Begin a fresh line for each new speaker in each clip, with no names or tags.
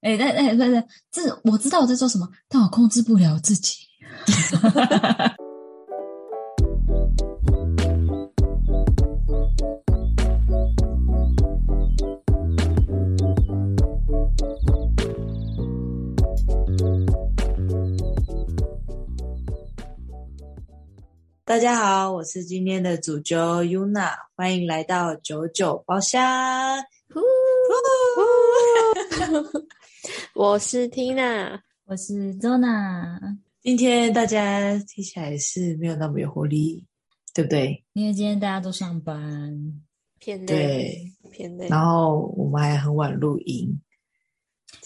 哎，但哎，对对，这我知道我在做什么，但我控制不了自己。
大家好，我是今天的主角 Yuna，欢迎来到九九包厢。
我是 Tina，
我是 Zona，
今天大家听起来是没有那么有活力，对不对？
因为今天大家都上班，
偏累，
对。
偏累。
然后我们还很晚录音，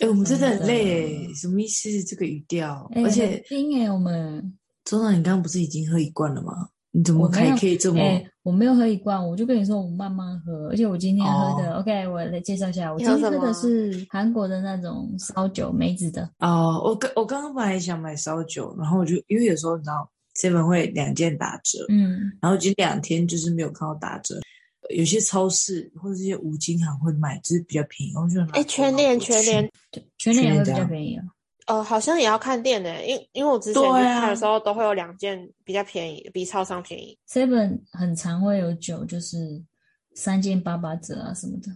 哎，我们真的很累
真
哎，什么意思？这个语调，
哎
而且
因为我们
周娜，你刚刚不是已经喝一罐了吗？你怎么
我没有
还可以这么？
哎，我没有喝一罐，我就跟你说我慢慢喝，而且我今天喝的、
哦
o k 我来介绍一下，我
你
今
喝
天喝
什么
啊
的是韩国的那种烧酒，梅子的，
哦，我刚我刚刚本来想买烧酒，然后我就因为有时候你知道 seven 会两件打折，
嗯，
然后这两天就是没有看到打折，有些超市或者是一些五金行会卖，就是比较便宜。我就
哎，全联全联
全年也会比
全年这
较
样
便宜啊。
呃，好像也要看店呢、因因为我之前去
对啊
看的时候都会有两件比较便宜，比超商便宜。
Seven 很常会有酒，就是三件八八折啊什么的，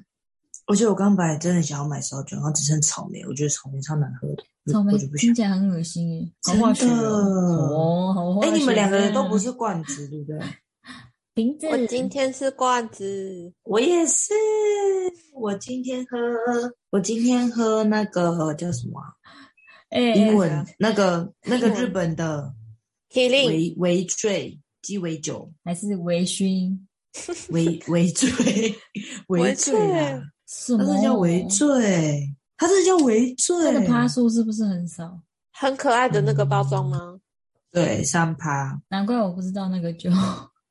而且我刚刚本来真的想要买烧酒，然后只剩草莓，我觉得草莓超难喝的，我
草莓嗯
我就不想
听。起来很恶心耶，好
真的
化学哦，哦好化
哎，
学、
你们两个人
啊
都不是罐子，对不对？
瓶
嗯
子，
我今天是罐子，
我也是，我今天喝，我今天喝那个叫什么啊？
哎、
英文那个那个
英文
日本的
k i l i n
微微醉鸡尾酒，
还是微醺，
微微醉微
微
醉啦
醉。
什
它
么
是叫欸围醉，它这叫围醉。
它的哦趴数是不是很少？
很可爱的那个包装吗？
对三趴
难怪我不知道那个酒。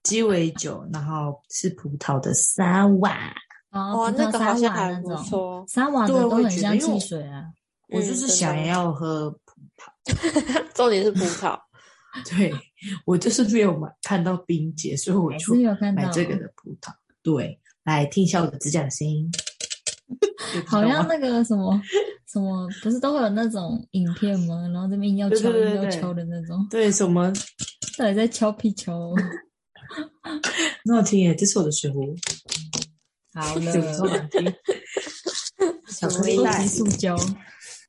鸡尾酒，然后是葡萄的沙瓦。嗯
哦，
哦，
葡
那
萄
个
沙
好像
瓦
还
那
不
种，
错。嗯
沙瓦的
对
都
我也
很
觉得
像
因为
汽
我
水啊。
我就是想要喝葡 萄，
重点是葡 萄，
对我就是没有买看到冰姐，所以我
还
就是
有看
买
到
这个的葡萄。对，来听一下我的指甲的 声音。有听到
好像
吗
那个什么什么，不是都会有那种影片吗？然后这边硬要
对
敲
对对
硬要
对
敲的那种，
对什么？
到底在敲屁敲？
很好听耶！这是我的水壶，
好
怎么说
了，
难听？小
什
颗
么
粒
意
收
蛋
集塑胶。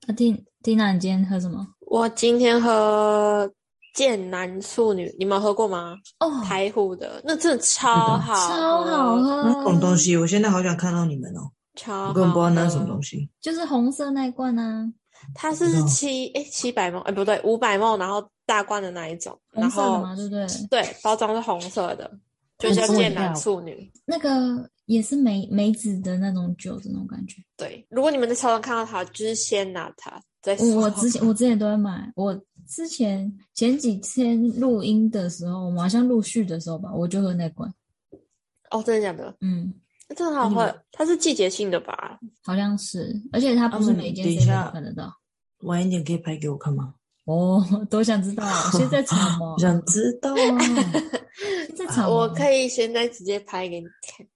啊，蒂蒂娜，你今天喝什么？
我今天喝剑南处女，你们有喝过吗？
哦，
台虎的那真的
嗯
超好，哦
超好，喝，
那种东，西，我现在好想看到你们哦！
超
我根本不知道那是什么
西。
东西。
就是红色那一罐啊，
它
不知
是
道
七诶七百梦哎不对五百梦，然后大罐的那一种，
红
然
色的
后
嘛，对不对？
对包装是红色的，就叫
红色
剑南
的
处女。
那个也是梅梅子的那种酒的那种感觉。
对，如果你们在超市看到它，就是先拿它再
我
说。
我之前我之前都会买，我之前前几天录音的时候，我们好像陆续的时候吧，我就喝那罐，
哦，真的假的？
嗯，
真的好
那哎你
喝，它是季节性的吧？
好像是，而且它不是
嗯
每间
等一
s e
下
都看得到。
晚一点可以拍给我看吗？
哦，都想 知道，现在吵吗
我？想知 道啊。
现在吵吗？
啊我可以现在直接拍给你看。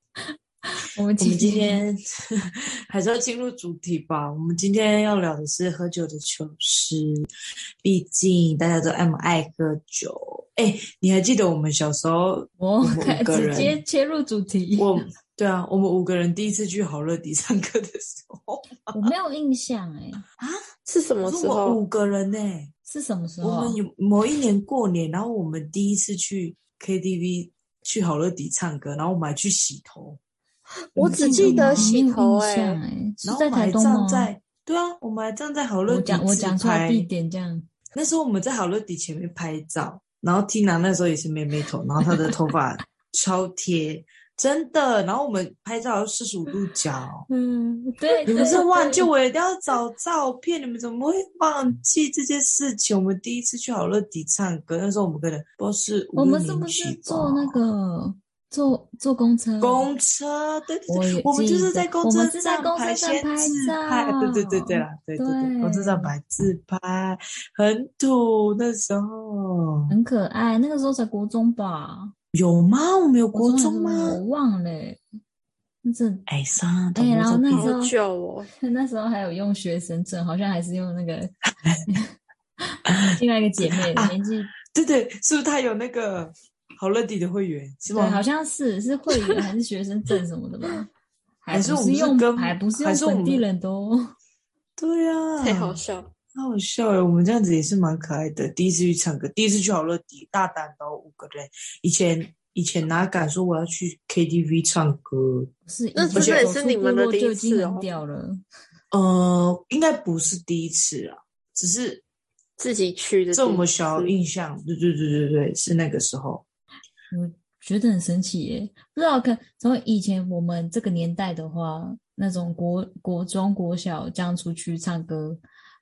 我们
我们今天 还是要进入主题吧。我们今天要聊的是喝酒的糗事，毕竟大家都爱不爱喝酒。哎，你还记得我们小时候，
我
们
看
五个
直
人
接切入主题，
我对啊，我们五个人第一次去好乐迪唱歌的时候，
我没有印象哎、
是什么
可是
时
我
候？
五个人呢、
是什么时候
我
啊？
们有某一年过年，然后我们第一次去 KTV 去好乐迪唱歌，然后我们还去洗头。
嗯
我只记得
没有
洗头
印
哎、
象哎，是
欸然后
在
我们
台
还
东吗
站？在对啊，我们还站在好乐
我
迪
讲我
自
讲出来
拍
地点这样，
那时候我们在好乐迪前面拍照，然后 Tina 那时候也是妹妹头，然后她的 头发超贴，真的。然后我们拍照要四十五度角，
嗯，对，
你们
对
是忘记，
对
我一定要找照片，你们怎么会忘记这件事情？我们第一次去好乐迪唱歌，那时候我们可能不知道是五
我们
六
是不
年级
是
吧
坐那个坐坐公车？
公车？对对
嗯我
对
也，
我们就
记
是
得
在公
我
车
们是在公车
拍
站
先
拍
自
照
拍，对对对对啦，对对对，公车站
对
拍自拍很土那时候。
很可爱，那个时候才国中吧？
有吗？我们有国
还是
中吗？
我忘了欸、那这
爱上
哎，然后那时候
好久哦，
那时候还有用学生证，好像还是用那个另外一个姐妹的
啊
年纪，
对对，是不是他有那个好乐迪的会员是
对，
吗？
好像是是会员还是学生证什么的吧？还
还是
不
我们是
用
跟
还不是
还
用
是我
本地
们
人的哦。
对 啊，
太好笑了。
太好笑哦了，我们这样子也是蛮可爱的。第一次去唱歌，第一次去好乐迪，大胆到五个人。以前以前哪敢说我要去 KTV 唱歌？
是，
那
已
真
经
的也
走
是
出
你
部
们的
落
第
就
一
已经
次
很
哦
屌了。
呃，应该不是第一次啊，只是
自己去的
这
地
么小
是
印象。对对对对对，是那个时候。
我觉得很神奇耶，不知道可从以前我们这个年代的话，那种国国中、国小这样出去唱歌，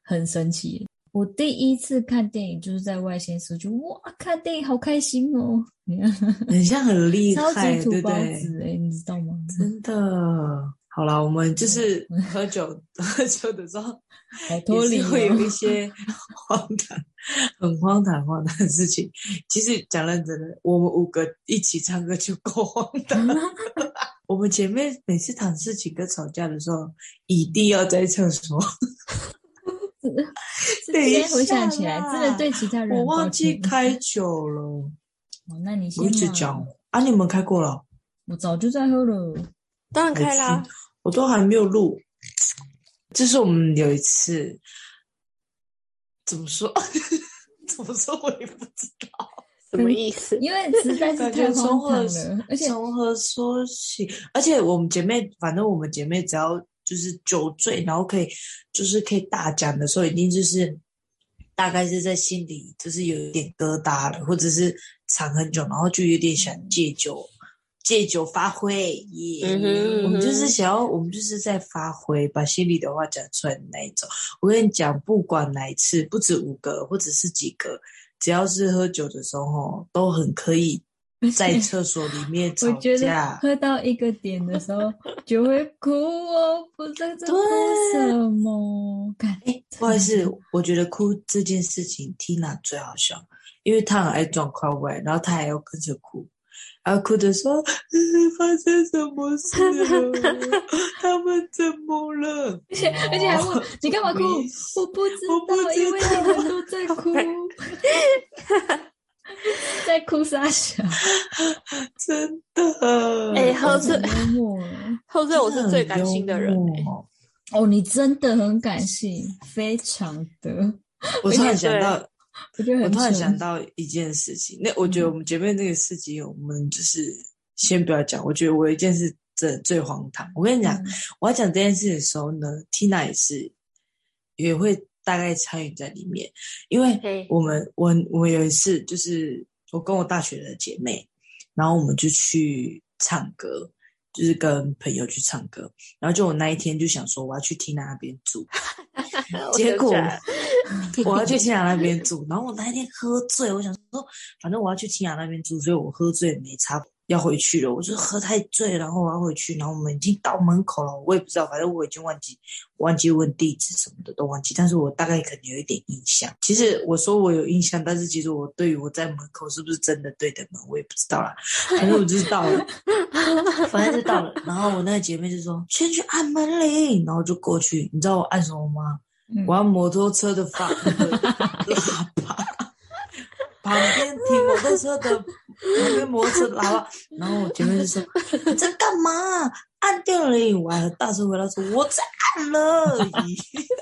很神奇耶。我第一次看电影就是在外县市，就哇，看电影好开心哦，
很像很厉
超
害，
级土
对不
包
对？
子哎，你知道吗？
真的。好啦，我们就是 喝酒喝酒的时候，
好嗯脱
也
离
是会有
哦
一些荒唐、很荒唐、荒唐的事情。其实讲认真的，我们五个一起唱歌就够荒 唐 了。我们姐妹每次谈事情跟吵架的时候，一定要在厕所。
是
等一
今天回想
下
起来，
啦
真的对其他人
我
很抱
忘记
歉。
开酒了，
哦，那你
我
先
一直
嘛
讲啊，你们开过了，
我早就在喝了。
当然开啦，
我都还没有录。这是我们有一次，怎么说？ 怎么说我也不知道。
什么意思？
嗯
因为实在是太
感觉
荒
从何
唐了，而且
从何说起？而且我们姐妹，反正我们姐妹只要就是酒醉，然后可以就是可以大讲的时候，一定就是大概是在心里就是有一点疙瘩了，或者是藏很久，然后就有点想借酒借酒发挥耶。
嗯哼
我们就
嗯
是
哼
想要，我们就是在发挥，把心里的话讲出来的那一种。我跟你讲，不管哪一次，不止五个或者是几个，只要是喝酒的时候吼，都很可以在厕所里面吵
我觉得
架。
喝到一个点的时 候就会哭哦，不知道在哭什么。看，
哎，不好意思，我觉得哭这件事情，Tina 最好笑，因为她很爱状况外，然后她还要跟着哭，然后哭着说：“发生什么事了？他们怎么了？”哦
而且而且还问你干嘛哭？
没事
我不知
我不
道，
知
因为你们都在哭，在哭傻 笑，
真的，
哎喝醉
很幽默了
后醉我是最感性的人、
真的很
欸
幽，默
哦，你真的很感性，非常的，
我突然想到，
我觉得
我
很
突然
蠢
想到一件事情，那我觉得我们姐妹那个事情，我们就是先不要讲。我觉得我有一件事真的最荒唐。我跟你讲，
嗯
我要讲这件事的时候呢，Tina 也是也会大概参与在里面，因为
嘿
我们我我们有一次就是我跟我大学的姐妹，然后我们就去唱歌，就是跟朋友去唱歌，然后就我那一天就想说我要去 Tina 那边住，
我
结
想
果
起来了
啊
我要去青雅那边住，然后我那一天喝醉，我想说，反正我要去青雅那边住，所以我喝醉没差，要回去了。我就喝太醉，然后我要回去，然后我们已经到门口了，我也不知道，反正我已经忘记忘记问地址什么的都忘记，但是我大概可能有一点印象。其实我说我有印象，但是其实我对于我在门口是不是真的对的门，我也不知道啦。反正我就是到了，反正就到了。然后我那个姐妹就说先去按门铃，然后就过去。你知道我按什么吗？
嗯
我按摩托车的发喇叭，旁边停摩托车的旁边摩托车的喇叭，然后我姐妹就说：“你在干嘛？按掉了！”我还大声回答说：“我在按了。”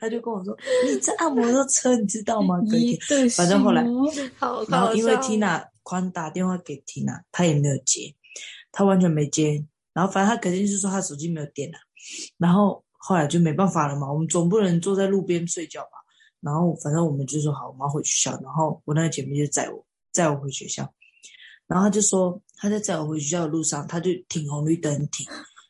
他就跟我说：“你在按摩托车，你知道吗？”隔
一
天，
对
反正后来
性哦
好
然
搞
后因为
笑
Tina 宽打电话给 Tina，她也没有接，她完全没接。然后反正她肯定是说她手机没有电了、然后后来就没办法了嘛，我们总不能坐在路边睡觉吧。然后反正我们就说好，我们要回学校。然后我那个姐妹就载我，载我回学校。然后她就说她在载我回学校的路上，她就停红绿灯停。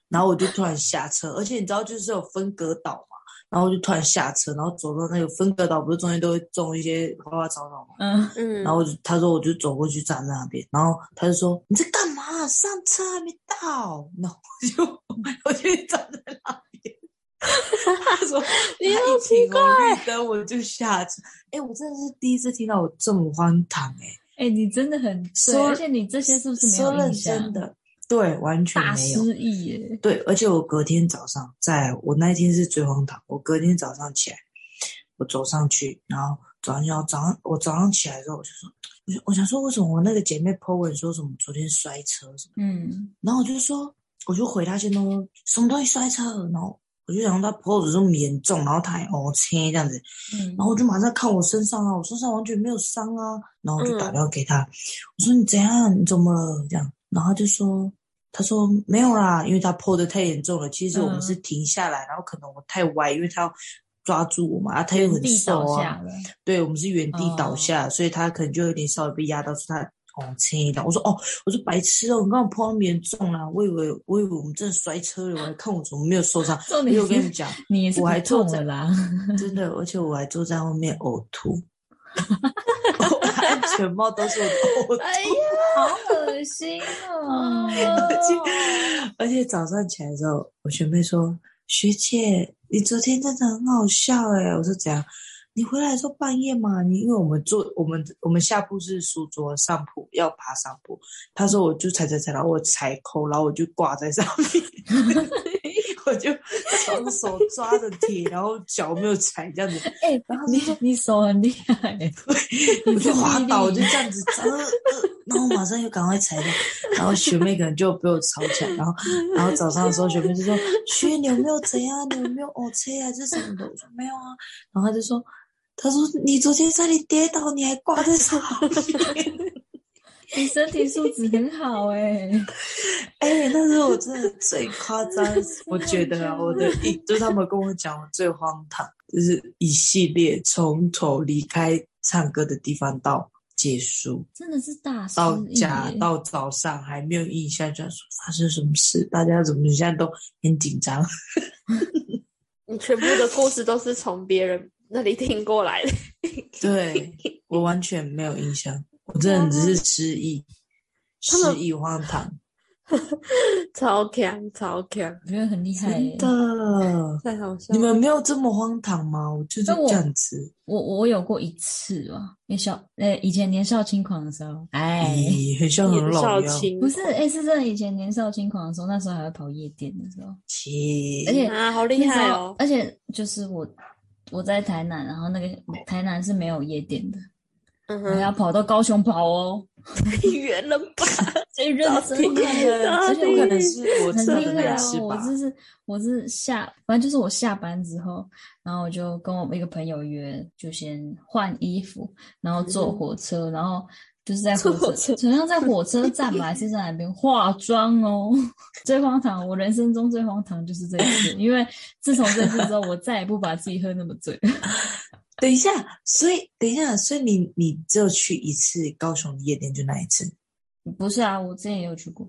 然后我就突然下车，而且你知道就是有分隔岛嘛，然后我就突然下车，然后走到那个分隔岛，不是中间都会种一些花花草草嘛。
嗯，
嗯，
然后我就他说我就走过去站在那边，然后他就说你在干嘛？上车还没到，然后我就我就站在那边。他 说
你
他
好
一停红绿灯我就下车。哎、我真的是第一次听到我这么荒唐哎、
哎，你真的很对，
说
而且你这些是不是没
说
有
认
印象
真？的，对，完全
大
没有。
失忆耶，
对，而且我隔天早上在，我那一天是最荒唐。我隔天早上起来，我走上去，然后早上要早上我早上起来的时候，我就说，我就我想说为什么我那个姐妹 po 文说什么昨天摔车什么，
嗯，
然后我就说，我就回她先说什么东西摔车，然后我就想到她 po 的这么严重，然后她还哦切这样子，
嗯
然后我就马上看我身上啊，我身上完全没有伤啊，然后我就
嗯
打电话给他，我说你怎样，你怎么了？这样，然后他就说，他说没有啦，因为他破的太严重了。其实我们
嗯
是停下来，然后可能我太歪，因为他要抓住我嘛，啊，他又很
地
瘦
倒
啊
下，哦了，
对我们是原地倒下，所以他可能就有点稍微被压到，说他哦，轻一点。我说哦，我说白痴哦，你刚刚破那么严重啦，我以为我以为我们真的摔车了，我还看我怎么没有受伤。
重
没
点
有跟你
是
讲，
你也是
我还
不痛
坐在
了啦，
真的，而且我还坐在后面呕吐，我安全帽都是我的呕
哎呀，好恶心 哦
啊吐，而且早上起来的时候，我学妹说：“学姐，你昨天真的很好笑哎、我说：“怎样？”你回来的时候半夜嘛，你因为我们坐我们我们下铺是书桌，上铺要爬上铺。她说我就踩踩踩，然后我踩空，然后我就挂在上面， 我就双手抓着铁，然后脚没有踩这样子。
哎、你你手很厉害，
我就滑倒，我
你
就这样子，呃呃，然后马上又赶快踩掉， 然后学妹可能就被我吵起来，然后然后早上的时候学妹就说：“学你有没有怎样？你有没有哦车啊？这什么的？”我说：“没有啊。”然后她就说：“她说你昨天差点跌倒，你还挂在上面。
你身体素质很好哎、
哎，那是我真的最夸张，我觉得啊，我的一就是他们跟我讲，我最荒唐就是一系列从头离开唱歌的地方到结束。
真的是大失
到
忆
家
耶
到早上还没有印象，就想说发生什么事，大家怎么现在都很紧张？
你全部的故事都是从别人那里听过来的。
对我完全没有印象，我真的只是失忆，失
他们
忆荒唐，
超强，超强，
我觉得很厉害、
真
欸。
的。
太好笑
你
了。
们没有这么荒唐吗？我就是
但我
这样子，
我我有过一次哦，年少呃、以前年少轻狂的时候，哎，
咦，很像很
年
老
少
一样。
轻
不是哎、是真的以前年少轻狂的时候，那时候还会跑夜店的时候，
切
而且
啊，好厉害哦！
那时候而且就是我我在台南，然后那个台南是没有夜店的，
哦嗯
我
哼，
要跑到高雄跑哦，
圆了吧？
所以认真的，
到
而且我
不啊
底
可
可
能
能
是我
很
吃
厉
的
害
那一
哦
次！
我
吧？
这是我是下，反正就是我下班之后，然后我就跟我一个朋友约，就先换衣服，然后坐
嗯
火车，然后就是在
坐
火
火
车，
车
好像在火车站吧，还是在哪边化妆哦。 最荒唐，我人生中最荒唐就是这一次，因为自从这次之后，我再也不把自己喝那么醉。
等一下，所以等一下，所以你你只有去一次高雄的夜店，就那一次。
不是啊，我之前也有去过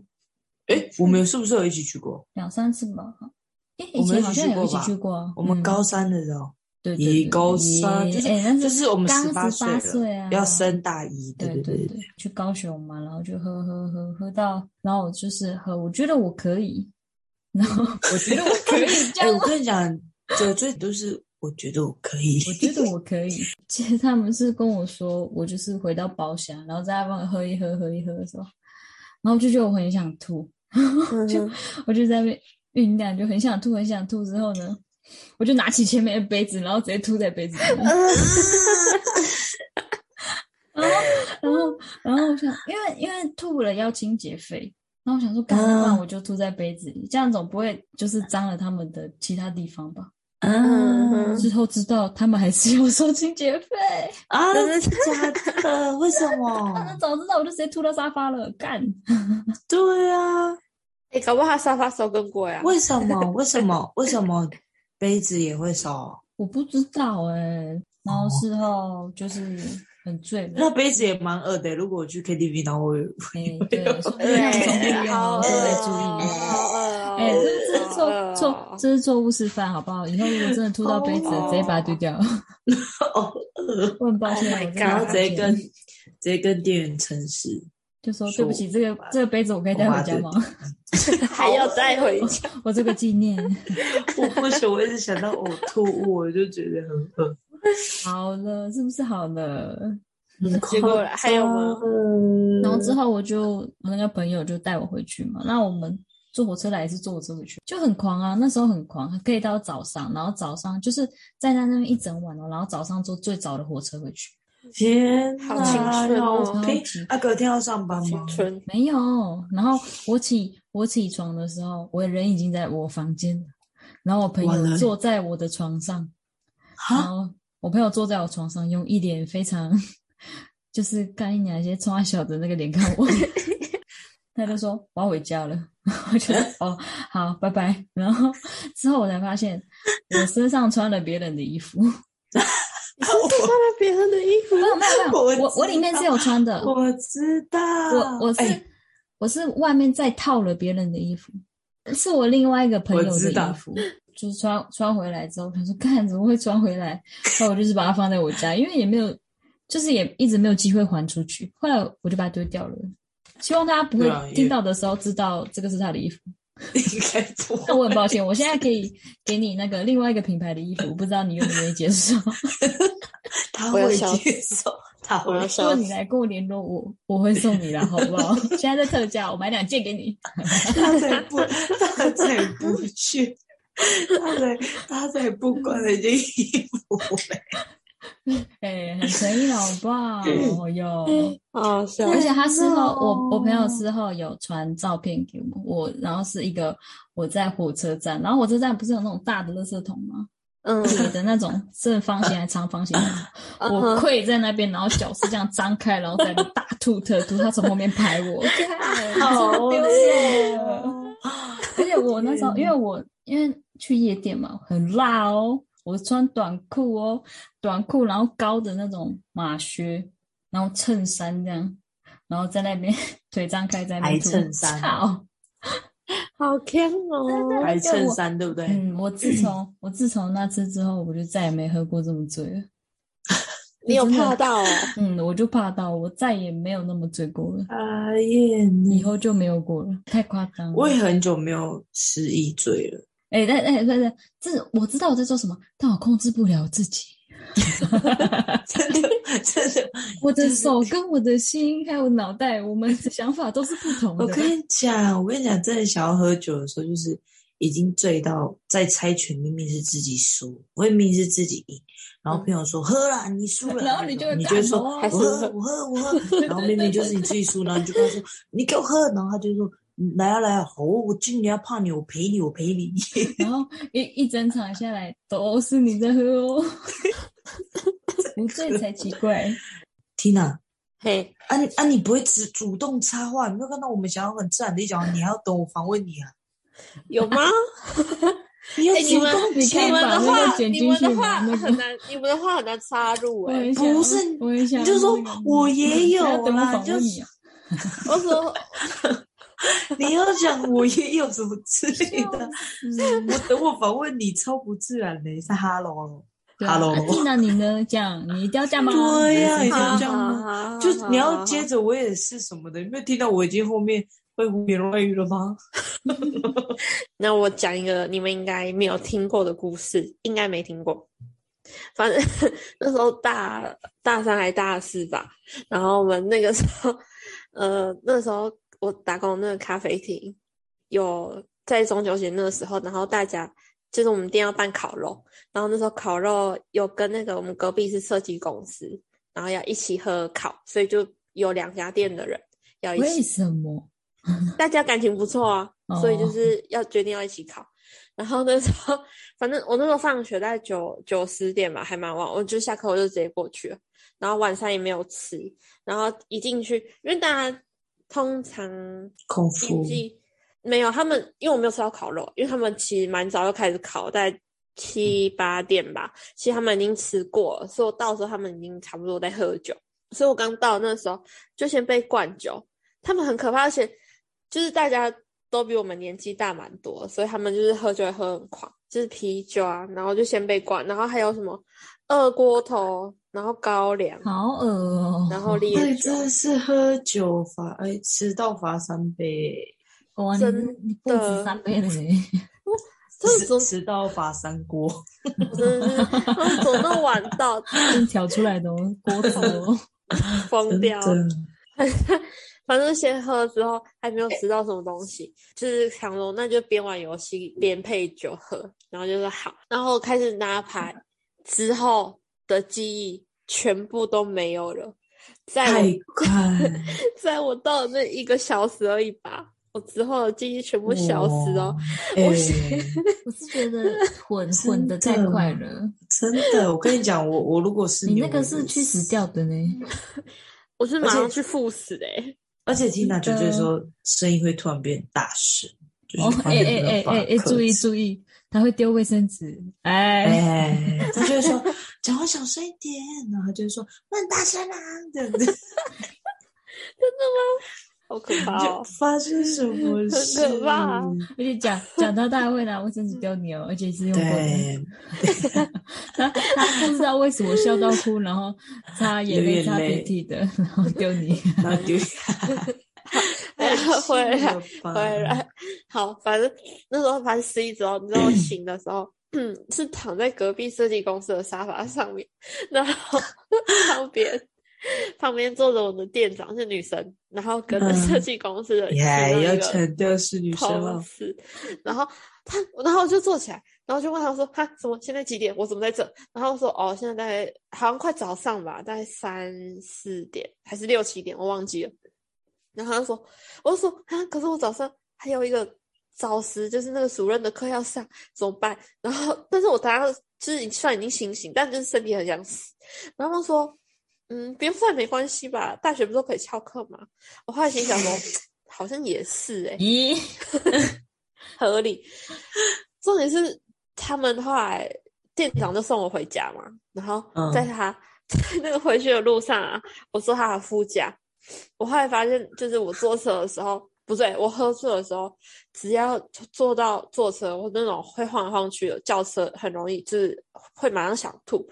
诶，我们是不是有一起去过？
两三次吧。诶，以
我们
前
一起
好像
去
有
过
一起
吧
去过啊。
我们
嗯
高三的时候，
对对
一
对
高
耶
三就是
哎，那
就是我们
刚
18
18
岁了
岁啊，
要升大一，对
对
对
对对，去高雄嘛，然后就喝喝喝喝到，然后我就是喝，我觉得我可以，然后我觉 得我可以这
哎、
样
我，跟你讲，酒醉都是我觉得我可以，
我觉 得我可以。其实他们是跟我说，我就是回到包厢，然后在那边喝一喝喝一喝的时候，然后我就觉得我很想吐，
嗯哼
我就在那边酝酿，就很想吐很想吐。之后呢，我就拿起前面的杯子，然后直接吐在杯子里面。然后，然后，然后我想，因为因为吐了要清洁费，然后我想说，干
嗯
那我就吐在杯子里，这样总不会就是脏了他们的其他地方吧？
啊
嗯
之后知道他们还是有收清洁费，
啊，
真的
是假的？为什
那
么？
早知道我就直接吐到沙发了，干！
对啊，
哎，搞不好他沙发收更贵啊！
为什么？为什么？为什么杯子也会少？
我不知道哎、然
哦
后事后就是很醉嘛，
那杯子也蛮恶的。如果我去 KTV，然后我
哎，对，说不定他们从不一
对，
样
好
哦，我
饿
都在
哦，
注意你。
好饿哦！
哎，这这是
好饿
错
哦
错，这是错误示范，好不好？以后如果真的吐到杯子了，直接把它丢掉。
哦饿，
我很抱歉，啊
Oh my
我真的
然
很
后直
抱
接
歉
跟直接跟店员诚实，
就说
说
对不起，这个这个杯子我可以带回家吗？
还要带回家。
我这个纪念。
我不行，我一直想到呕吐物，我就觉得很恶。
好了，是不是好了？
很
结果
夸
还有吗
张
嗯
然后之后我就我那个朋友就带我回去嘛，那我们坐火车来也是坐火车回去，就很狂啊，那时候很狂，可以到早上，然后早上就是在那那边一整晚哦，然后早上坐最早的火车回去，
天
好
哪
青春哦
好拼
超级
啊，隔天要上班吗
青？春，
没有，然后我起我起床的时候，我人已经在我房间了，然后我朋
完
友
了
坐在我的床上，然
哈，
后我朋友坐在我床上，用一脸非常就是干一娘一些冲他小的那个脸看 我，他就说我要回家了， 然后我就说哦好拜拜，然后之后我才发现我身上穿了别人的衣服， 没
你是不是穿了别人的衣服？
有没有没有，
我
我我里面是有穿 的，我
我知道，
我是、
哎
我是外面再套了别人的衣服，是我另外一个朋友
我
的
知道
衣服。就是穿穿回来之后，他说：“看，怎么会穿回来？”后来我就是把它放在我家，因为也没有，就是也一直没有机会还出去。后来我就把它丢掉了。希望大家不会
对啊也
听到的时候知道这个是他的衣服。
应该 不
那我很抱歉，我现在可以给你那个另外一个品牌的衣服，我不知道你愿不愿意接 受。
他
我要
会
笑
接受，他
我
如
会
要
果
笑
你
死，
来跟我联络我，我会送你啦，好不好？ 现在在特价，我买两件给你。
他才不，他才不去，他才他才不管那件衣服嘞。
哎、很诚意了，好不好？哦哟。
好笑
而且他事后，
哦
我我朋友事后有传照片给我，我然后是一个我在火车站，然后火车站不是有那种大的垃圾桶吗？
嗯，
铁的那种正方形还是长方形那种，
嗯
我跪在那边，然后脚是这样张开，然后在那边大吐特吐，他从后面拍我，看
好 哦
超丢脸的。啊而且我那时候，
天
因为我因为去夜店嘛，很辣哦，我穿短裤哦，短裤，然后高的那种马靴，然后衬衫这样，然后在那边腿张开在那边
白
吐
衬衫啊
操，
好看哦，
白衬衫对不对？
嗯，我 自从我自从那次之后，我就再也没喝过这么醉了。
你有
真的
怕到哦？
嗯，我就怕到我再也没有那么醉过了，
啊耶！你
以后就没有过了，太夸张了。
我也很久没有失忆醉了，
哎，但哎，对对，这我知道我在做什么，但我控制不了自己。
真的真的。
我的手跟我的心还有脑袋，我们的想法都是不同
我
的。
跟你讲，我跟你讲，真的想要喝酒的时候，就是已经醉到在猜拳，明明是自己输，明明是自己赢，然后朋友说、喝啦，你输了，
然后你就会
你就会说
干哦
我喝我喝我喝，然后明明就是你自己输，然后你就跟他说你给我喝，然后他就说嗯来啊来啊，好，我今年要怕你，我陪你，我陪你，
然后一一整场下来都是你在喝哦， 不醉才奇 怪。
Tina。
嘿，
啊你啊！你不会主主动插话，你没有看到我们想要很自然的讲，你还要等我访问你啊？
有吗？
你要
哎，你
主
们
动
你
讲
可以
你们
把
的
那个
话，
剪
你
进
们
去
的
吗
话
那个
很难，你们的话很难插入
我
哎
很。想，
不是
我很想要那
你
个，
就说我也有
还要等我
啦
访问你啊。
我说
你要讲我也有什么之类 的，
嗯
我等我访问你超不自然的，是哈喽，
对啊
Hello
啊蒂娜，你呢？讲，你一定要这样吗？
对呀
你是
一定要
哎这
这
样
样
嗯
吗
就你要接着我也是什么的，有没有听到我已经后面会胡言乱语了吗？
那我讲一个你们应该没有听过的故事，应该没听过。反正 那时候大大三还大四吧，然后我们那个时候，呃，那时候我打工的那个咖啡厅有在中秋节那个时候，然后大家就是我们店要办烤肉，然后那时候烤肉有跟那个我们隔壁是设计公司，然后要一起喝烤，所以就有两家店的人要一起
为。什么？
大家感情不错啊
哦，
所以就是要决定要一起考。然后那时候，反正我那时候放学大概九九十点吧，还蛮晚。我就下课我就直接过去了，然后晚上也没有吃。然后一进去，因为大家通常
空
年
腹
纪没有他们，因为我没有吃到烤肉，因为他们其实蛮早就开始烤，大概七
嗯
八点吧。其实他们已经吃过了，所以我到时候他们已经差不多在喝酒。所以我刚到那时候就先被灌酒，他们很可怕，而且就是大家都比我们年纪大蛮多，所以他们就是喝酒也喝很狂，就是啤酒啊，然后就先被灌，然后还有什么二锅头，然后高粱，
好恶哦！
然后烈
对，
酒，
真的是喝酒罚哎，迟到罚三杯，
哇，你
真
你不止
的
三杯了 耶，
这
迟
种
迟到罚三锅，
真的是他们走那么晚到，
真挑出来的哦，锅头哦。
疯掉了。
真的
反正先喝之后还没有吃到什么东西，就是想说那就边玩游戏边配酒喝，然后就说好，然后开始拿牌之后的记忆全部都没有了，在我
太快，
在我到了那一个小时而已吧，我之后的记忆全部消失哦。
哇！
我
哎
是
我是觉得 混混的太
真的
快了，
真的，我跟你讲，我我如果是
你
你
那个是去死，掉的呢。
我是马
而且
上去赴死哎、
我也是而且听 i n
真
就
的
是说声音会突然变大声，就是
哦，
完
哎
全
哎
没
哎
有办
哎
法
哎，
克
注意
制
注意，他会丢卫生纸，哎，
哎，他就会说讲话小声一点，然后他就会说问大声啊，这样子，
好可怕
就
哦！
发生什么事？
很可怕
啊
而且讲讲到他会拿卫生纸丢你哦，而且是用过的。
对，
他 他不知道为什么笑到哭，然后擦眼泪、
流眼
擦鼻
泪
涕的，然后丢 你。
然后丢下，
哎回来
太气了吧
回来，好，反正那时候反正失忆之后，你知道我醒的时候， 嗯，是躺在隔壁设计公司的沙发上面，然后旁边旁边坐着我的店长是女生，然后跟着
嗯
设计公司的
你
其
还
中一
要
个
强调是女生
同
哦，
事，然后他，然后我就坐起来，然后就问他说：“哈，什么？现在几点？我怎么在这？”然后说：“哦，现在大概好像快早上吧，大概三四点还是六七点，我忘记了。”然后他说：“我就说啊，可是我早上还有一个早十，就是那个主任的课要上，怎么办？”然后，但是我当时就是虽然已经清醒，但就是身体很想死。然后他说：“嗯，不用算没关系吧，大学不是都可以翘课吗？”我后来心想说。 好像也是哎、
咦，
合理。重点是他们后来店长就送我回家嘛，然后
嗯
在他、 在那个回去的路上啊，我坐他的副驾，我后来发现就是我坐车的时候。不对，我喝醉的时候，只要坐到坐车或那种会晃来晃去的轿车，很容易就是会马上想吐。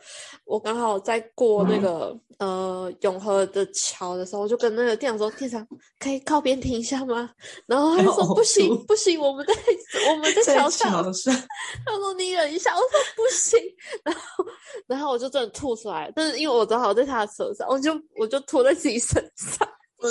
我刚好在过那个、呃永和的桥的时候，我就跟那个店长说：“店长，可以靠边停一下吗？”然后他就
然
说：“
后
不行
呕吐，
不行，我们 在我们在
在
桥上。”
桥 上，
他说你忍一下，我说不行， 然后然后我就真的吐出来，但是因为我正好在他的车上，我就我就吐在自己身上，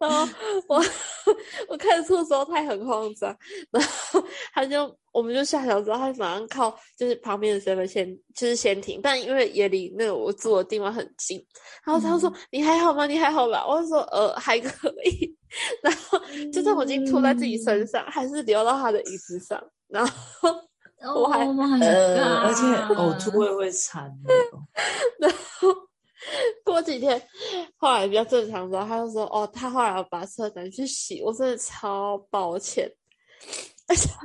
然后我 我开始吐的时候他也很慌张，然后他就我们就下桥之后，他马上靠就是旁边的 seven 先就是先停，但因为也离那个我住的地方很近，然后他就说、你还好吗？你还好吧？我就说呃还可以，然后就算我已经吐在自己身上，还是流到他的椅子上，然后我还
Oh my
呃，
god！
而且呕吐味会惨的哦，
过几天后来比较正常之后，他就说哦，他后来要把车拿去洗，我真的超抱歉。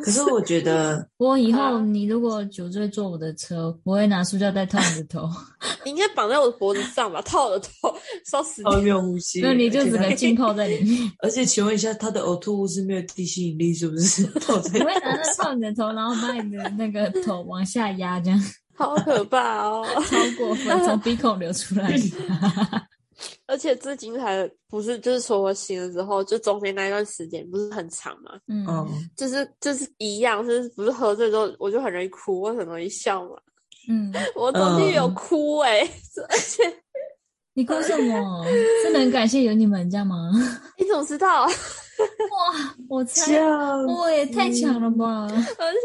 可是我觉 得
我以
啊
后你如果酒醉坐我的车，我会拿塑胶袋套你的头，
你应该绑在我的脖子上吧，套我的头，烧死
奥
你！
运哦呼吸，
那你就只
而
能
且
浸泡在里面。
而且请问一下，他的呕吐物是没有地心引力，是不 是？套在
我会拿那套你的头，然后把你的那个头往下压，这样
好可怕哦！
超过分，从鼻孔流出来。
而且最精彩的不是就是说我醒了之后，就中间那一段时间不是很长吗？
嗯
嗯，
就是就是一样，就是不是喝醉之后我就很容易哭，我很容易笑嘛。
嗯，
我中间有
嗯
哭哎、而且
你哭什么？真的很感谢有你们，这样吗？
你怎么知道啊？
哇，我
这
猜，
样
哇，也太强了吧！
而且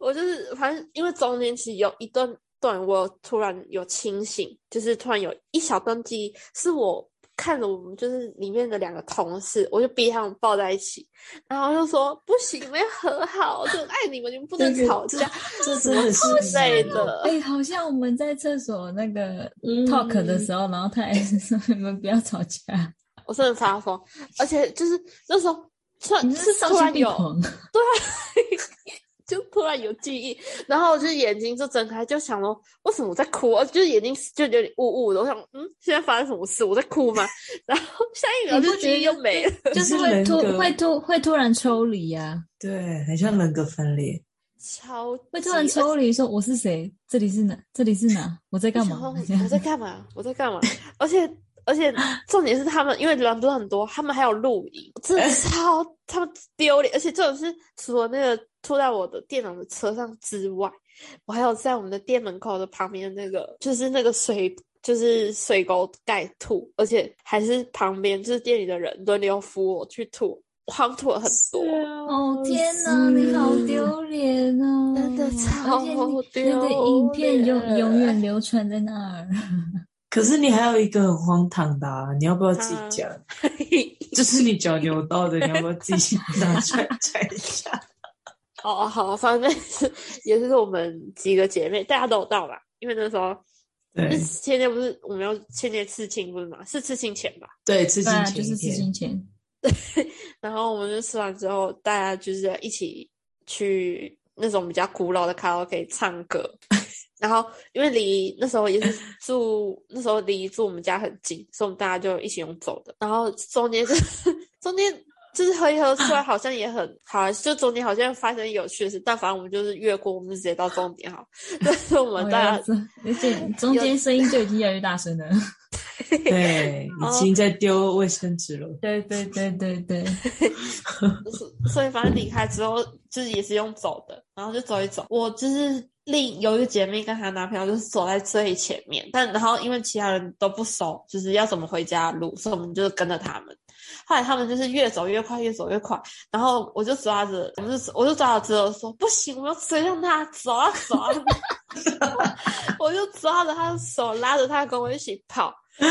我就是反正因为中间其实有一段段我突然有清醒，就是突然有一小段记忆，是我看着我们就是里面的两个同事，我就逼他们抱在一起，然后就说不行，你们要和好，我就很爱你们，你们不能
这个
吵架
这真 的是
之类的。
哎，好像我们在厕所那个
嗯
talk 的时候，然后他也是说 你们不要吵架，
我真的发疯，而且就是那时候突然
你
是
是丧
突
心
然
病
有。
狂。
就突然有记忆，然后我就眼睛就睁开，就想说为什么我在哭？我就是眼睛就有点雾雾的，我想嗯，现在发生什么事？我在哭吗？ 然后下一秒
你
就
不
记忆
觉
又
得
没了，
就是
可是
会
人
突
格
会突会突然抽离呀、
对，很像人格分裂。
超
会突然
级
抽离，说我是谁，这里是哪，这里是哪，我在干
想
嘛
说？ 我在干嘛？我在干嘛？ 而且而且重点是他们，因为人不是很多，他们还有录影，真
哎
的超他们丢脸。而且这种是除了那个吐在我的店长的车上之外，我还有在我们的店门口的旁边那个，就是那个水就是水沟盖吐，而且还是旁边就是店里的人轮流扶我去吐，我好像吐了很多。
哦天哪，你好丢脸哦！
真的超
而且你
丢
那个影片永
脸
永远流传在那儿。
可是你还有一个很荒唐的、啊，你要不要自己
嗯
讲？就是你脚扭到的，你要不要自己 拿出来讲一下？
哦，好，反正是也是我们几个姐妹，大家都有到嘛，因为那时候
对
前天不是我们要前天刺青不是吗？是刺青前吧？
对，刺
对
青
啊，
前
就
一
是事
天，
情前，
然后我们就吃完之后，大家就是一起去那种比较古老的卡拉 OK 唱歌。 然后因为离那时候也是住，那时候离住我们家很近，所以我们大家就一起用走的。然后中间就是 中间就是喝一喝，出来好像也很好，就中间好像发生有趣的事，但反正我们就是越过，我们就直接到终点 好。但是我
我
们大
要
家
这，而 且中间声音就已经越来越大声了。
对，已经在丢卫生纸了。
对对对对 对，
所以反正离开之后，就是也是用走的，然后就走一走。我就是另有一个姐妹跟她男朋友就是走在最前面，但然后因为其他人都不熟，就是要怎么回家的路，所以我们就跟着他们。后来他们就是越走越快，越走越快，然后我就抓着，我就我就抓着侄儿说不行，我要追上他，走啊走啊！我就抓着他的手，拉着他跟我一起跑。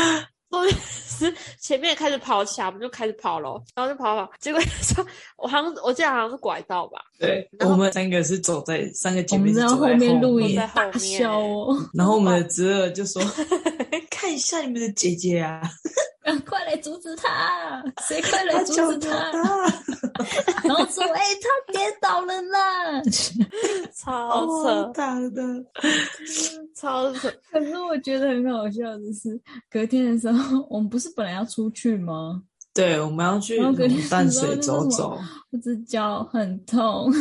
后面是前面开始跑起来，我们就开始跑咯，然后就跑跑，结果 说我好像我记得好像是拐道吧，
对，
然后
我们三个是走在三个姐
我
妹
们
是
在
走
后
在
面录
面
影
在后
大
面
笑哦，
然后我们的侄儿就 说：“看一下你们的姐姐啊，
啊快来阻止他，谁快来
她
阻
脚
止
扭
他？
到。
然后说，哎、他跌倒了啦。
超
哦好
哦
扯，
大的，
超扯，
可是我觉得很好笑的是，隔天的时候，我们不是本来要出去吗？
对，我们要去
然后隔天
牡丹水走走，
我只脚很痛，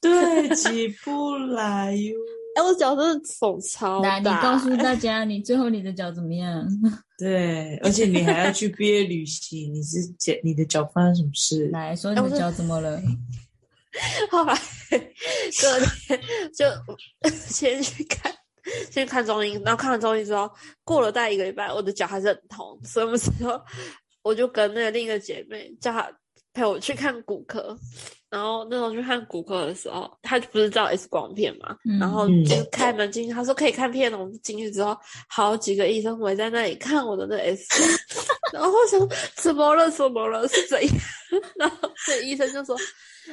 对，起不来哟。
哎、我脚真的肿超大，
来，你告诉大家，你最后你的脚怎么样？
对，而且你还要去毕业旅行，你是姐，你的脚发生什么事？
来说
哎
你的脚怎么了？
后来隔天就 先去看，先看中医，然后看完中医之后，过了大概一个礼拜，我的脚还是很痛，所以我们之后我就跟那个另一个姐妹叫她陪我去看骨科。然后那时候去看骨科的时候，她不是照 X 光片嘛，
嗯
然后就是开门进去，她说可以看片了。我们进去之后，好几个医生围在那里看我的那 X 光，然后我想怎么了？怎么了？是怎样？ 然后那医生就说：“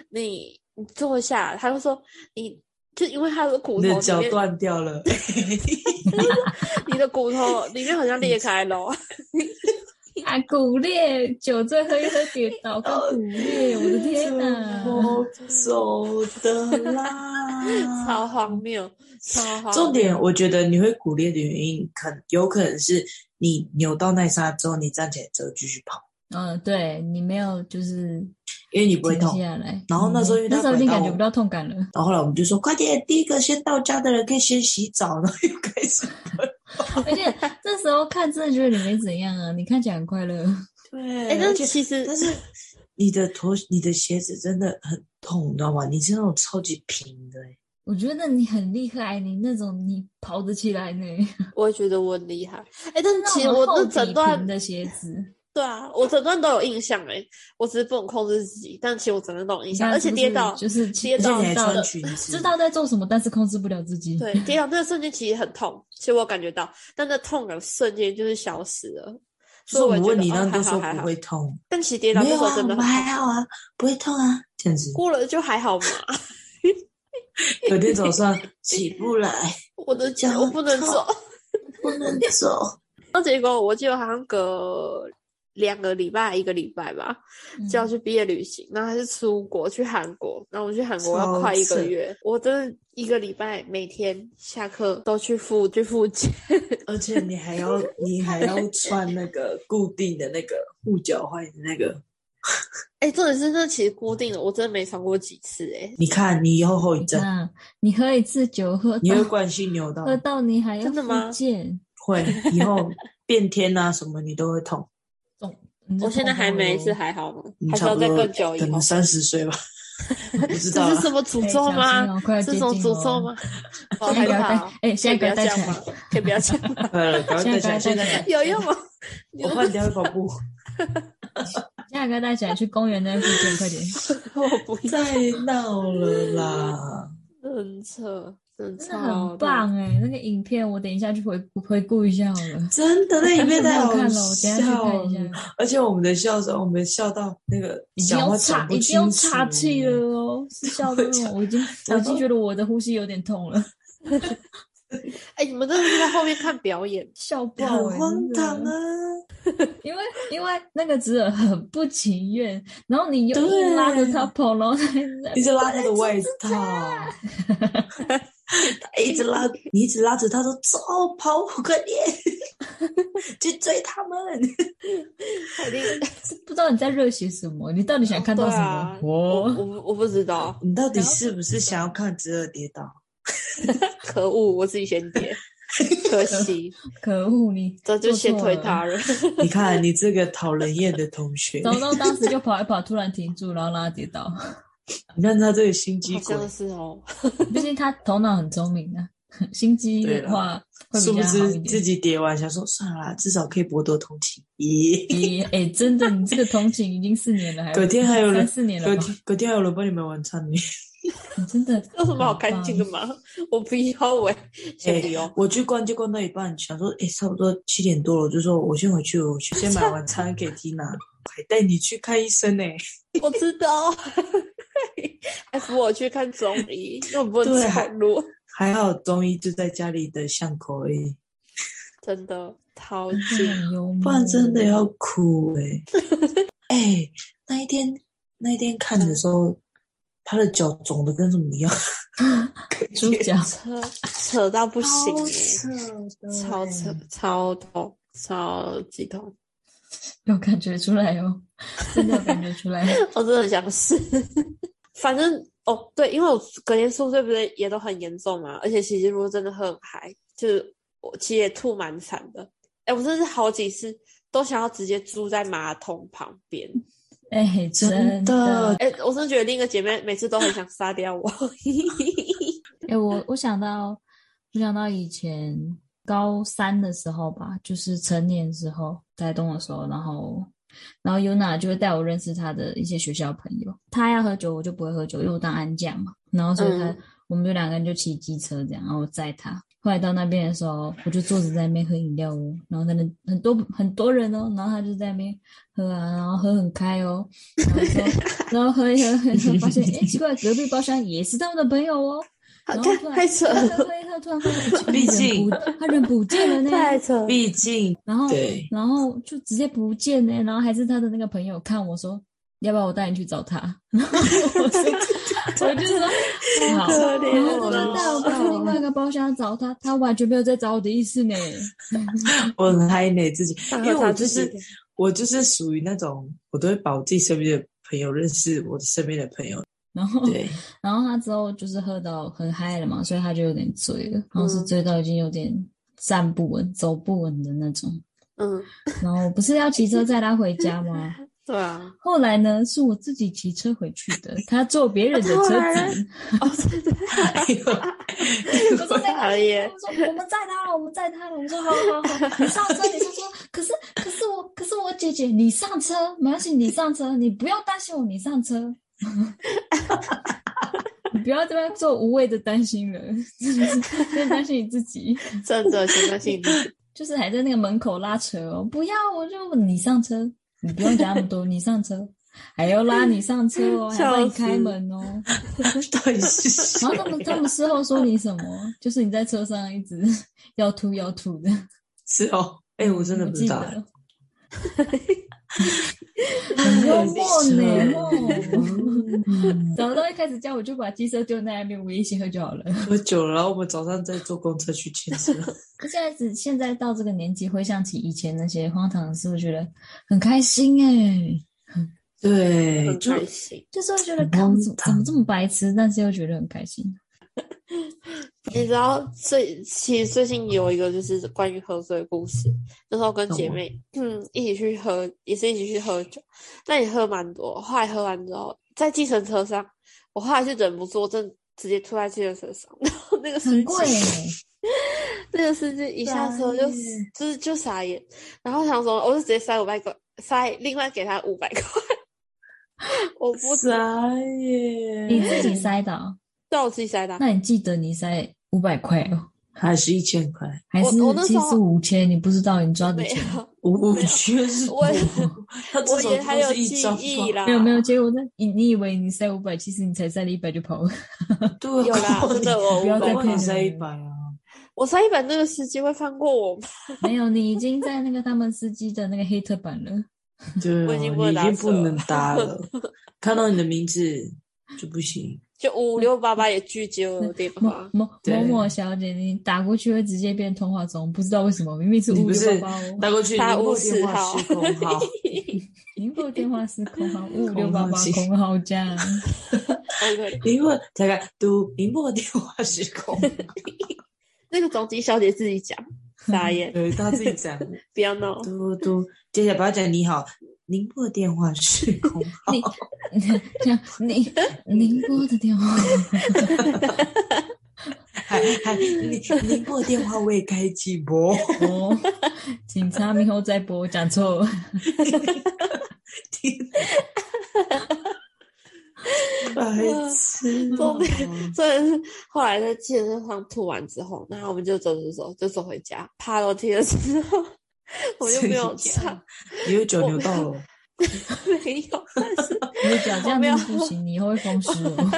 你你坐下。”他就说：“你就因为他的骨
你
头
的
里
脚
面，
断掉 了，
你的骨头里面好像裂开了。，
啊，骨裂，酒醉喝一喝跌倒，跟骨裂，我的天哪！
我走的啦
超荒谬，超荒谬。
嗯重点，我觉得你会骨裂的原因，可有可能是你扭到那一刹之后，你站起来之后继续跑，
嗯，对你没有就是
因为你不会
停
痛。
下来。
然后那时候
嗯
遇到
那时候已经
轨道
感觉不到痛感了。
然后后来我们就说，快点，第一个先到家的人可以先洗澡，然后又开始。
而且这时候看真的觉得你没怎样啊，你看起来很快乐。
对，
哎、
而
但是
且
其 实
但是你的拖、你的鞋子真的很痛，你知道吗？你是那种超级平的、欸，
我觉得你很厉害，你那种你跑得起来呢。
我也觉得我很厉害。哎、但是
那
其实
种
我
厚
这
底
整段
平的鞋子，
对啊，我整段都有印象哎、我只是不能控制自己，但其实我整段都有印
你
象，
看
而
是
且
不
跌
是
倒。
就是
跌
而且
倒
你还
到
穿
了
裙子，
知道在做什么，但是控制不了自己。
对，跌倒那个瞬间其实很痛，其实我感觉到，但那痛感瞬间就是消失了。
就是我
所以
们
我也
问
觉
你，
得
然后你
哦
都说
还好还
不
好
会痛，
但其实跌倒
没
那时
有
候
啊，
真
我
的
们
很
还好啊，不会痛啊，这样子。
过了就还好嘛。
有天早上起不来，
我的
脚
我不能
痛
走。
不能走，
那结果我记得好像隔两个礼拜、一个礼拜吧，
嗯
就要去毕业旅行，然后还是出国去韩国，然后我去韩国要
超
快一个
扯
月，我真的一个礼拜每天下课都去复去复健，
而且你还要你还要穿那个固定的那个护脚踝的那个。
哎、重点是那其实固定的，我真的没穿过几次哎、
你看你以后后遗症，
啊，你喝一次酒喝
嗯你
到
会惯性扭 到，
喝到你还要
真的吗
复健，
会以后变天啊什么你都会痛。
你就
我现在
痛
还
到
没
了
是还好吗
你？
还是
差
要
不
再
多
更久以
等
后
到？三十岁吧。 不 知道
这是
啊
什么诅
哎
咒
小
吗
心哦？快要
这
接
种
近
诅
了
咒
哦
吗？好
现在
害
不要
怕
戴
哦！
哎，
可以
现
不
在
要
不
这
要戴
样
起
吗
来，？
可以不要这样吗，
呃，赶快
现在不要
戴起来，现
戴起
在
来，
有用吗？有
我怕你等一下会跑步。
现在不要戴起来，去公园那附近，快点。
我不 要，
太闹了 啦！
很扯，真
真
超
的很棒哎、那个影片我等一下去回顾回顾一下好了。
真的，那影片
没
太
有
好
看了，我等一下去
笑
看一
了，
下。
而且我们的笑声，我们笑到那个
已经
讲
要
话
岔
讲，不
已经要
清楚
岔气了哦，是笑的那种，我已经我已经觉得我的呼吸有点痛了，，
哎，你们真的是在后面看表演
笑爆、欸，
很荒唐
真
啊
的！！因为因为那个侄儿很不情愿，然后你又
对
硬拉着他跑，然后他
一直拉他的外 套，他一直拉，你一直拉着他说走跑，快点 去追他们。
肯定
不知道你在热血什么，你到底想看到什
啊
么？
我
哦，
我不我不知道，
你到底是不是想要看侄儿跌倒？
可恶，我自己先 跌，可惜，
可恶你，
这就先推
他。
他了。
你看你这个讨人厌的同 学，
然后当时就跑一跑，突然停住，然后让他跌倒。
你看他这个心机
好
鬼，
像是哦，
毕竟他头脑很聪明啊， 心机的话会
殊
比
不
较好
知
一
自
点。
己跌完想说算了啦，至少可以博得同情。咦，
咦，哎、真的，你这个同情已经四年了，还
隔天还有
三
人
四年
隔
了吧？
天隔天还有人帮你们晚餐呢。
你真的
有什么好干净的吗？ 我不要哎，先不用。
我去逛街逛到一半，想说，哎、差不多七点多了，我就说我先回去了，我去先买晚餐给 Tina，还带你去看医生呢、
我知道，还扶我去看中医，又 不能
对
走路，
还好中医就在家里的巷口而已，
嗯
真的超
真的
近。
很幽默，
不然真的要哭哎、 哎、那一天那一天看的时候，他的脚肿的跟什么一样，
猪脚。
扯扯到不行欸、
的
超扯超痛，超级痛，
有感觉出来哦，真的有感觉出来。
我真的很想死。 反正哦，对，因为我隔天宿醉不是也都很严重嘛，而且其实我真的很嗨，就是我其实也吐蛮惨的。哎，我真的是好几次都想要直接住在马桶旁边。
哎、
真
真
的
的，
哎，我真的觉得另一个姐妹每次都很想杀 掉我。
哎、我我想到，我想到以前高三的时候吧，就是成年时候，台东的时候，然后然后 Yuna 就会带我认识她的一些学校朋友，她要喝酒我就不会喝酒，因为我当安将嘛，然后所以她、
嗯
我们就两个人就骑机车这样，然后我载她。后来到那边的时候，我就坐着在那边喝饮料哦，然后在那很多很多人哦，然后她就在那边喝啊，然后喝很开哦，然后说然后喝一喝喝一喝，发现哎奇怪，隔壁包厢也是他们的朋友哦，
好
然后
看
突然
太扯
他
了，
突然突然发现，
毕竟
他人不他人不见了
太
呢，
扯了。
毕竟
然后
对
然后就直接不见呢，然后还是他的那个朋友看我说，要不要我带你去找他？ 然后 我说，我就说好，
可怜
然后他就带我
哦
去另外一个包厢找他，他完全没有在找我的意思呢。
我很嗨呢自己，因为我
他
就
自己
是
的
我就是属于那种，我都会把我自己身边的朋友认识我身边的朋友，
哦
然后
对，
然后他之后就是喝到很嗨了嘛，所以他就有点醉了，然后是
嗯
醉到已经有点站不稳、走不稳的那种。
嗯，
然后我不是要骑车载他回家吗？
对啊，
后来呢，是我自己骑车回去 的，他坐别人的车
啊他后来
子。
哦，真的
我说那
好
个，
耶，
我说我们载他了，我们载他了。我们说好好 好，你上车。你就说，可是可是我可是我姐姐，你上车没关系，你上车，你不要担心我，你上车。 你不要这边做无谓的担心了，先担心你自己。
真的相关性
就是还在那个门口拉扯哦，不要，我就你上车，你不用讲那么多，你上车，还要拉你上车哦，还要帮你
笑死
开门哦。
到底是谁
然
哦
后他们他们事后说你什么？就是你在车上一直 要吐要吐的。
是哦，哎、我真的不知
我，
道
记得。很 幽默呢，
嗯
早知道一开始叫我就把鸡舍丢在那边，我们一起喝就好了。
喝酒了，然后我们早上再坐公车去牵车，
现在只现在到这个年纪，回想起以前那些荒唐的事，我觉得很开心哎、
对，
很
就
开心。
就是会觉得
很
靠，
荒
怎么
唐
怎么这么白痴，但是又觉得很开心。
你知道最其实最近有一个就是关于喝醉的故事，那时候跟姐妹嗯一起去喝，也是一起去喝酒，那也喝蛮多。后来喝完之后，在计程车上，我后来是忍不住，我真的直接吐在自己的身上。然后那个司
很
机
贵，欸，
那个司机一下车就
傻眼
就是就傻眼，然后想说，我就直接塞五百块，塞另外给他五百块。我不
啊
知道，
傻耶，
欸你 自己塞的哦，
对我自己塞的啊。
那你记得你塞五百块哦，
还是一千块？
还是
我我那时
其
候
实五千，你不知道你抓的
没
钱，
有，
我确实，
我也
他
我
至少
也还有
是一
记
张
忆
吧
啦，
没有没有，结果那你你以为你塞五百，其实你才塞了一百就跑了，
对啊，
有啦
搞不好
真的
你
我
不要再
搞不好你
骗
才一
人
百
了。
啊，
我塞一百，那个司机会放过我吗？
没有，你已经在那个他们司机的那个黑特版 了。
对啊，
我已经不
你
能
已
打
经
车
不能搭了， 看到你的名字就不行。
就五六八八也拒接我的电
某
话，
某
对
某某小姐，你打过去会直接变通话中，不知道为什么，明明是
你
五
不
六
是
八八哦，
打过去，
八
你
五
拨
四
电话
号
失控 号，
您拨电话是空号五六
空
八
号
八
机
空号价，
好可怜
你拨才敢读，你拨电话失 控，
那个总机小姐自己讲，傻 眼，
对，他自己讲，
不要闹。
嘟嘟，接下来不要讲你好，您拨电话失 控号，
你 这样您您拨的电话，
还还您您拨电话未开启 拨，
哦， 警察明后再拨，讲错了，
白 痴哦，
重点重点是后来在健身房吐完之后，然后我们就走走走，就走回家。爬楼梯的时候，我就没有
这样
唱，
你有酒牛哦到了，
没有，但是
你讲这样
我哦没有
子不行，你以 后会风湿哦。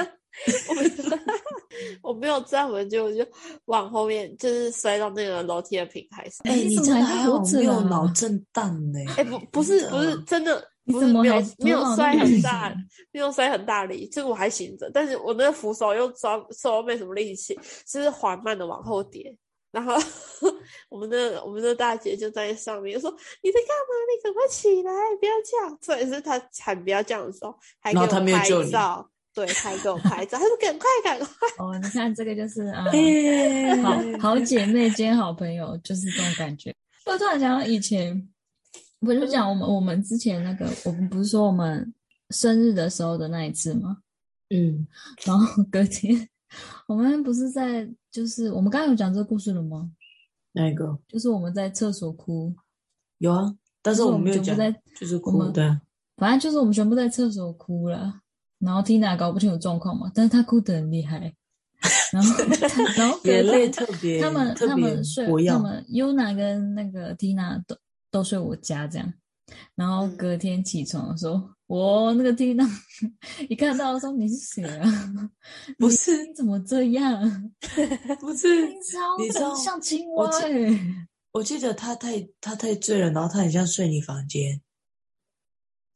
我没有，我没有站稳，就我就往后面就是摔到那个楼梯的平台上。
哎，
你
你
怎
真
么
的
还
还好
活着
没有
啊
脑震荡呢？
哎、不，不是，不是，真的，
你
不是
怎么
没有
还
没有
头脑
摔
那么
很
清
大
醒，
没有摔很大力，这个我还醒着，但是我那个扶手又抓手又没什么力气，就是缓慢的往后跌。然后 我们的我们的大姐就在上面说：“你在干嘛？你赶快起来，不要这样。”重点是她喊不要这样的时候，还给
然
我
后她没有
拍
救你
照，对，还给我拍照，她说：“赶快，赶快。
哦，你看这个就是啊，
哎，
好好姐妹兼好朋友，就是这种感觉。我突然想到以前，我就讲我们我们之前那个，我们不是说我们生日的时候的那一次吗？
嗯，
然后隔天我们不是在就是我们刚刚有讲这个故事了吗？
哪一个
就是我们在厕所哭，
有啊？但是
就是
我
我
没
们
有
全
讲
部，在，
就是
我
哭啊
们
的。
反正就是我们全部在厕所哭了。然后 Tina 搞不清楚状况嘛，但是她哭得很厉害。然后， 然后隔
眼泪
天
特别，
他们
特
他
别
们睡
活，跃
他们 Yuna 跟那个 Tina 都都睡我家这样，然后
嗯
隔天起床的时候，我那个 Tina 一看到说你是谁啊？
不是
你怎么这样？
不是，
你超
你知道
像青蛙
我记
哎、
我记得他太他太醉了，然后他很像睡你房间，”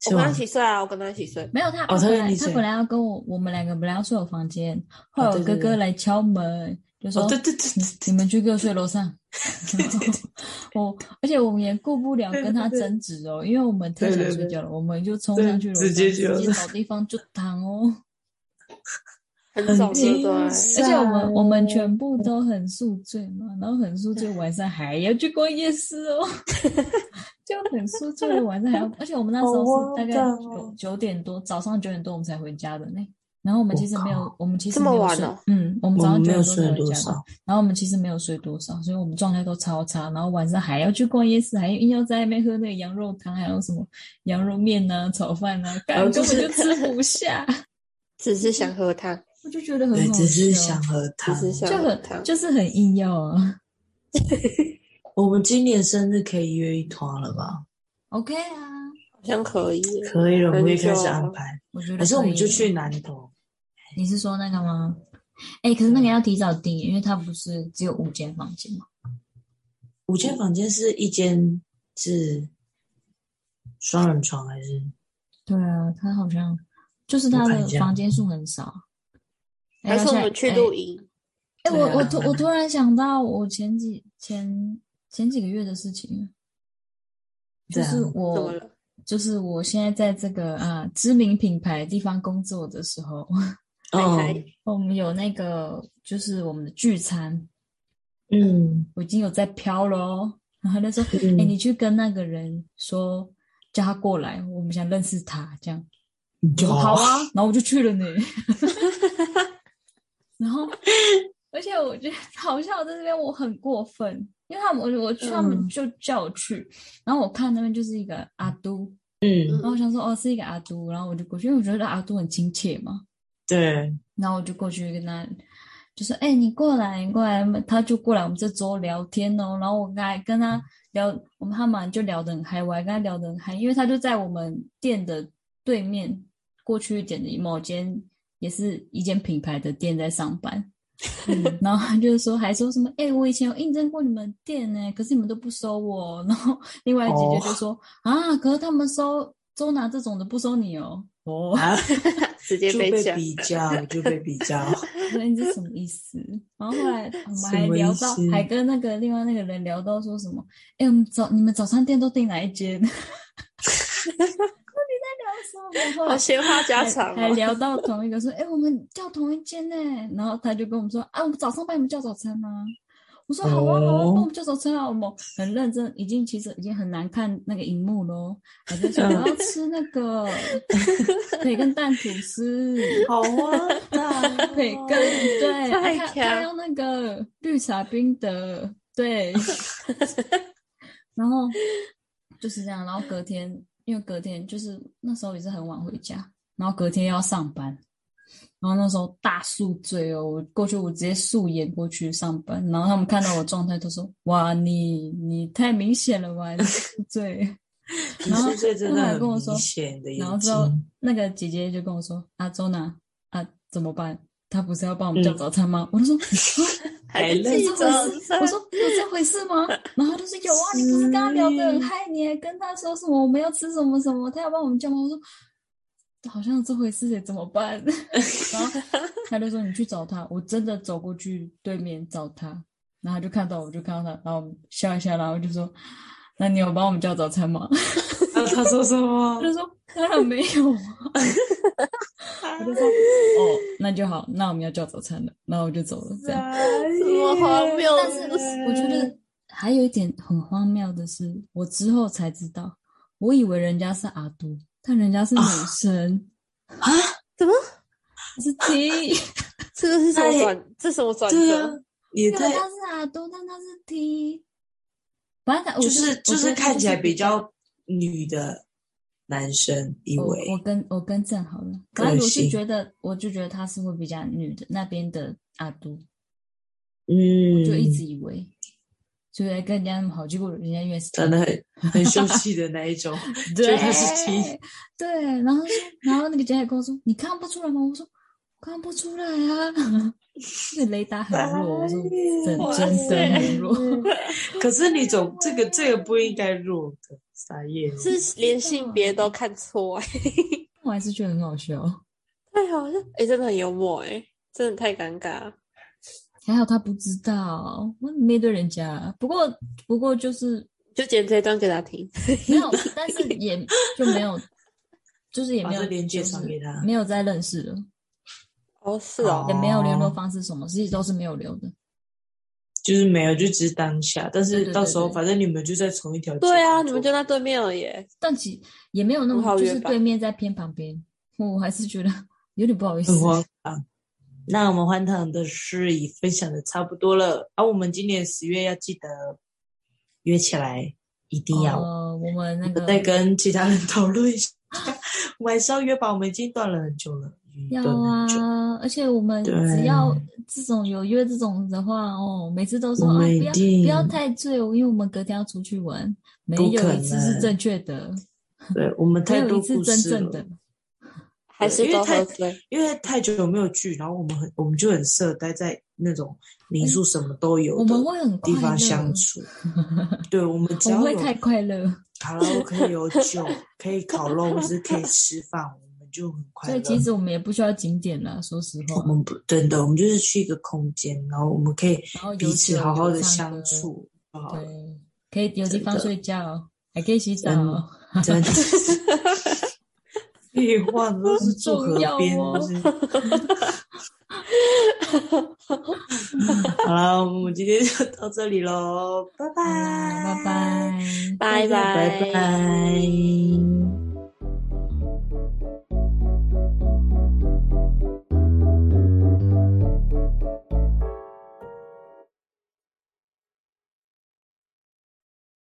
我
是
跟她
吗
一？起睡啊，我跟她一起睡。
没有他，他
哦他
本
跟
来
你
他
睡
本来要跟我我们两个本来要睡我房间，后来
哦
我
对
哥
对
哥
对
来敲门就说
哦，对对对
你
对
你们去给我睡楼 上。我而且我们也顾不了跟他争执哦，因为我们太想睡觉了，我们就冲上去楼上，
对
直
直接
接
就
找地方就躺哦。
很
很
早就
精
对，
而且我
神
们我们全
嗯
部都很宿醉嘛，然后很宿醉，晚上还要去逛夜市 哦，就很宿醉的晚上还要，而且我们那时候是大概
好荒诞哦
九九点多，早上九点多我们才回家的呢。然后我们其实没
我
有，我们其实
这么
没有
晚
睡
哦
嗯， 我们
我
早
们
上九
没
点多
有睡
才
了
回
多
家的。
少？
然后我们其实没有睡多少，所以我们状态都超差。然后晚上还要去逛夜市，还硬要在那边喝那个羊肉汤，还有什么羊肉面呐、炒饭呐、干
然哦后就
根本
是
就吃不下。
只是想喝汤，
我就觉得很
对，
好
只是
笑
想和他
只。是想
就
喝
很
汤。
就是很硬要啊。
我们今年生日可以约一团了吧？
OK 啊，
好像可以耶，
可以了，我们可以
很久
开始安
了
排。
我觉得
还是我们
可以
就去南投？
你是说那个吗？哎、可是
嗯
那个要提早订，因为它不是只有五间房间嘛。
五间房间是一间是双人床还是？
对啊，它好像就是它
我看
的
一下
房间数很少。哎
还是
而
我们
且
去
哎
露营？
哎、我我
对啊
突我突然想到，我前几前前几个月的事情，就
对啊
是
怎
我
么了？
就是我现在在这个啊知名品牌的地方工作的时候，
哦，
海苔
我们有那个就是我们的聚餐，
嗯，
我已经有在飘了哦。然后他就说：“哎、
嗯
你去跟那个人说，叫他过来，我们想认识他。”这样，我
有
说好啊，然后我就去了呢。然后，而且我觉得好笑在这边我很过分，因为他们我去他们
嗯
就叫我去，然后我看那边就是一个阿都，
嗯，
然后我想说哦是一个阿都，然后我就过去，因为我觉得阿都很亲切嘛，
对，
然后我就过去跟他，就说：“哎、你过来，你过来。”他就过来我们这桌聊天哦。然后我跟他跟他聊，我们他马上就聊得很嗨，我还跟他聊得很嗨，因为他就在我们店的对面过去一点的某间也是一间品牌的店在上班。
嗯
然后他就说，还说什么，哎、我以前有应征过你们店呢、可是你们都不收我。哦然后另外一姐姐就说，啊，可是他们收收拿这种的不收你哦。哦，
啊，
直接
就
被
被
讲，
比较，就被比较，
所以这什么意思？然后后来我们还
什么意
聊到，
思
还跟那个另外那个人聊到说什么？哎，我们早你们早餐店都订哪一间？ 到底在聊什么？后
好
来
闲话家
还
常
还
哦。
聊到同一个说，哎，我们叫同一间呢。然后他就跟我们说，啊，我们早上帮你们叫早餐吗、我说好啊，好啊，
哦
帮我们叫早餐啊。我们很认真，已经其实已经很难看那个荧幕喽。还在说
嗯
我要吃那个 培根蛋吐司。
好荒唐哦，
培 根，对，啊
太
他
强
他用那个绿茶冰的，对， 然后就是这样，然后隔天，因为隔天就是那时候也是很晚回家，然后隔天要上班，然后那时候大宿醉哦，我过去我直接素颜过去上班，然后他们看到我状态都说：“哇，你你太明显了吧，你宿醉。”
你
然后
宿醉真
后
的
来
很
跟我
明
说
显的
然后
眼
之后
睛，
那个姐姐就跟我说：“啊，周娜，啊，怎么办？她不是要帮我们叫
嗯
早餐吗？”我就说：“啊
还
还
是
认
记
有
真
这
着
回事？”我说：“有这回事吗？”然后她就说：“有啊，你不是跟他聊得很嗨，你还跟他说什么我们要吃什么什么，他要帮我们叫吗？”我说：“好像有这回事耶，怎么办？” 然后她就说：“你去找他。”我真的走过去对面找他，然后他就看到我，就看到他，然后我们笑一下，然后就说：“那你有帮我们叫早餐吗？”
那他说什么
我？就说当然没有啊，我就说 哦，那就好，那我们要叫早餐了，然后我就走了，这样。
什么荒谬
哎但是我觉得还有一点很荒谬的是，我之后才知道，我以为人家是阿都，但人家是女生，
啊，
怎么
是 T，
这个是什么
那也
转？这是什么转
对啊
折？，
也
对，
太
他是阿都，但他是 T。反正他我
就
觉
是
得
就
我觉
是
得
看起来比
较
较女的男生，以
我我
为
跟我跟正好了，
个
反正我是
性
觉得我就觉得他是会比较女的那边的阿都，
嗯，
就一直以为，就在跟人家那么好，结果人家越是
长得很 很秀气的那一种，觉
对
得他是 T，
对，然后说，然后那个姐姐跟我说：“你看不出来吗？”我说：“我看不出来啊， 那雷达很弱。”我说：“真
哇
真的很
塞
弱。
哦 可是你总这个这个不应该弱的，哦傻眼，
是连性别都看错哎、”
我还是觉得很好笑，
太好笑哎、真的很幽默哎、真的太尴尬了。
还好他不知道，我面对人家。不过不过就是
就剪这一段给他听，
没有，但是也就没有，就是也
把
没有
这链接
就是
传给他
没有再认识了，
哦，是哦，
也没有联络
哦
方式什么，其实都是没有留的。
就是没有，就只是当下，
对
但是
对
到时候
对对
反正你们就在同一条街
对啊，
工
你
作
们就在对面而已。
但其也没有那
不好
么，就
约
是
吧
对面在偏旁边，我还是觉得 有点不好意思
很。荒唐。那我们荒唐的事已分享的差不多了，啊而、我们今年十月要记得约起来，一定要。
呃，我们那
我
个
再跟其他人讨论一下， 我还是要约吧，我们已经断了很久了，嗯
要
断了很久。
啊，而且我们
对
只要这种有约这种的话，哦，每次都说
我
啊，
们一
不要
定
不要太醉哦，因为我们隔天要出去玩，没
不
有
可
一次是
能
正确的，
对我们
没
太
有
多
一次
故
真
事
正
了，
的。
还是
因为
都
太
喝醉，
因为太久没有聚，然后我们很我们就很适合待在那种民宿什么都有
哎我
的
们会很快
地
乐哦
方，相 处。对，我们只
我们
要
会
有
太快乐，
卡拉 OK 有 酒，可以烤肉，或是可以吃饭，我们就很快
所
乐。
以其实我们也不需要景点啦，说实
我
话，
们不真的，我们就是去一个空间，然后我们可以
然后有
彼此
酒
好好
有
的
唱
相
歌
处，就好了。
对，可以有地
真
方
的
睡觉，还可以洗澡
真的。真的是 废话，你都是住河边，
好
都
重
是。 好了，我们今天就到这里喽，拜拜，
拜拜。
拜
拜拜。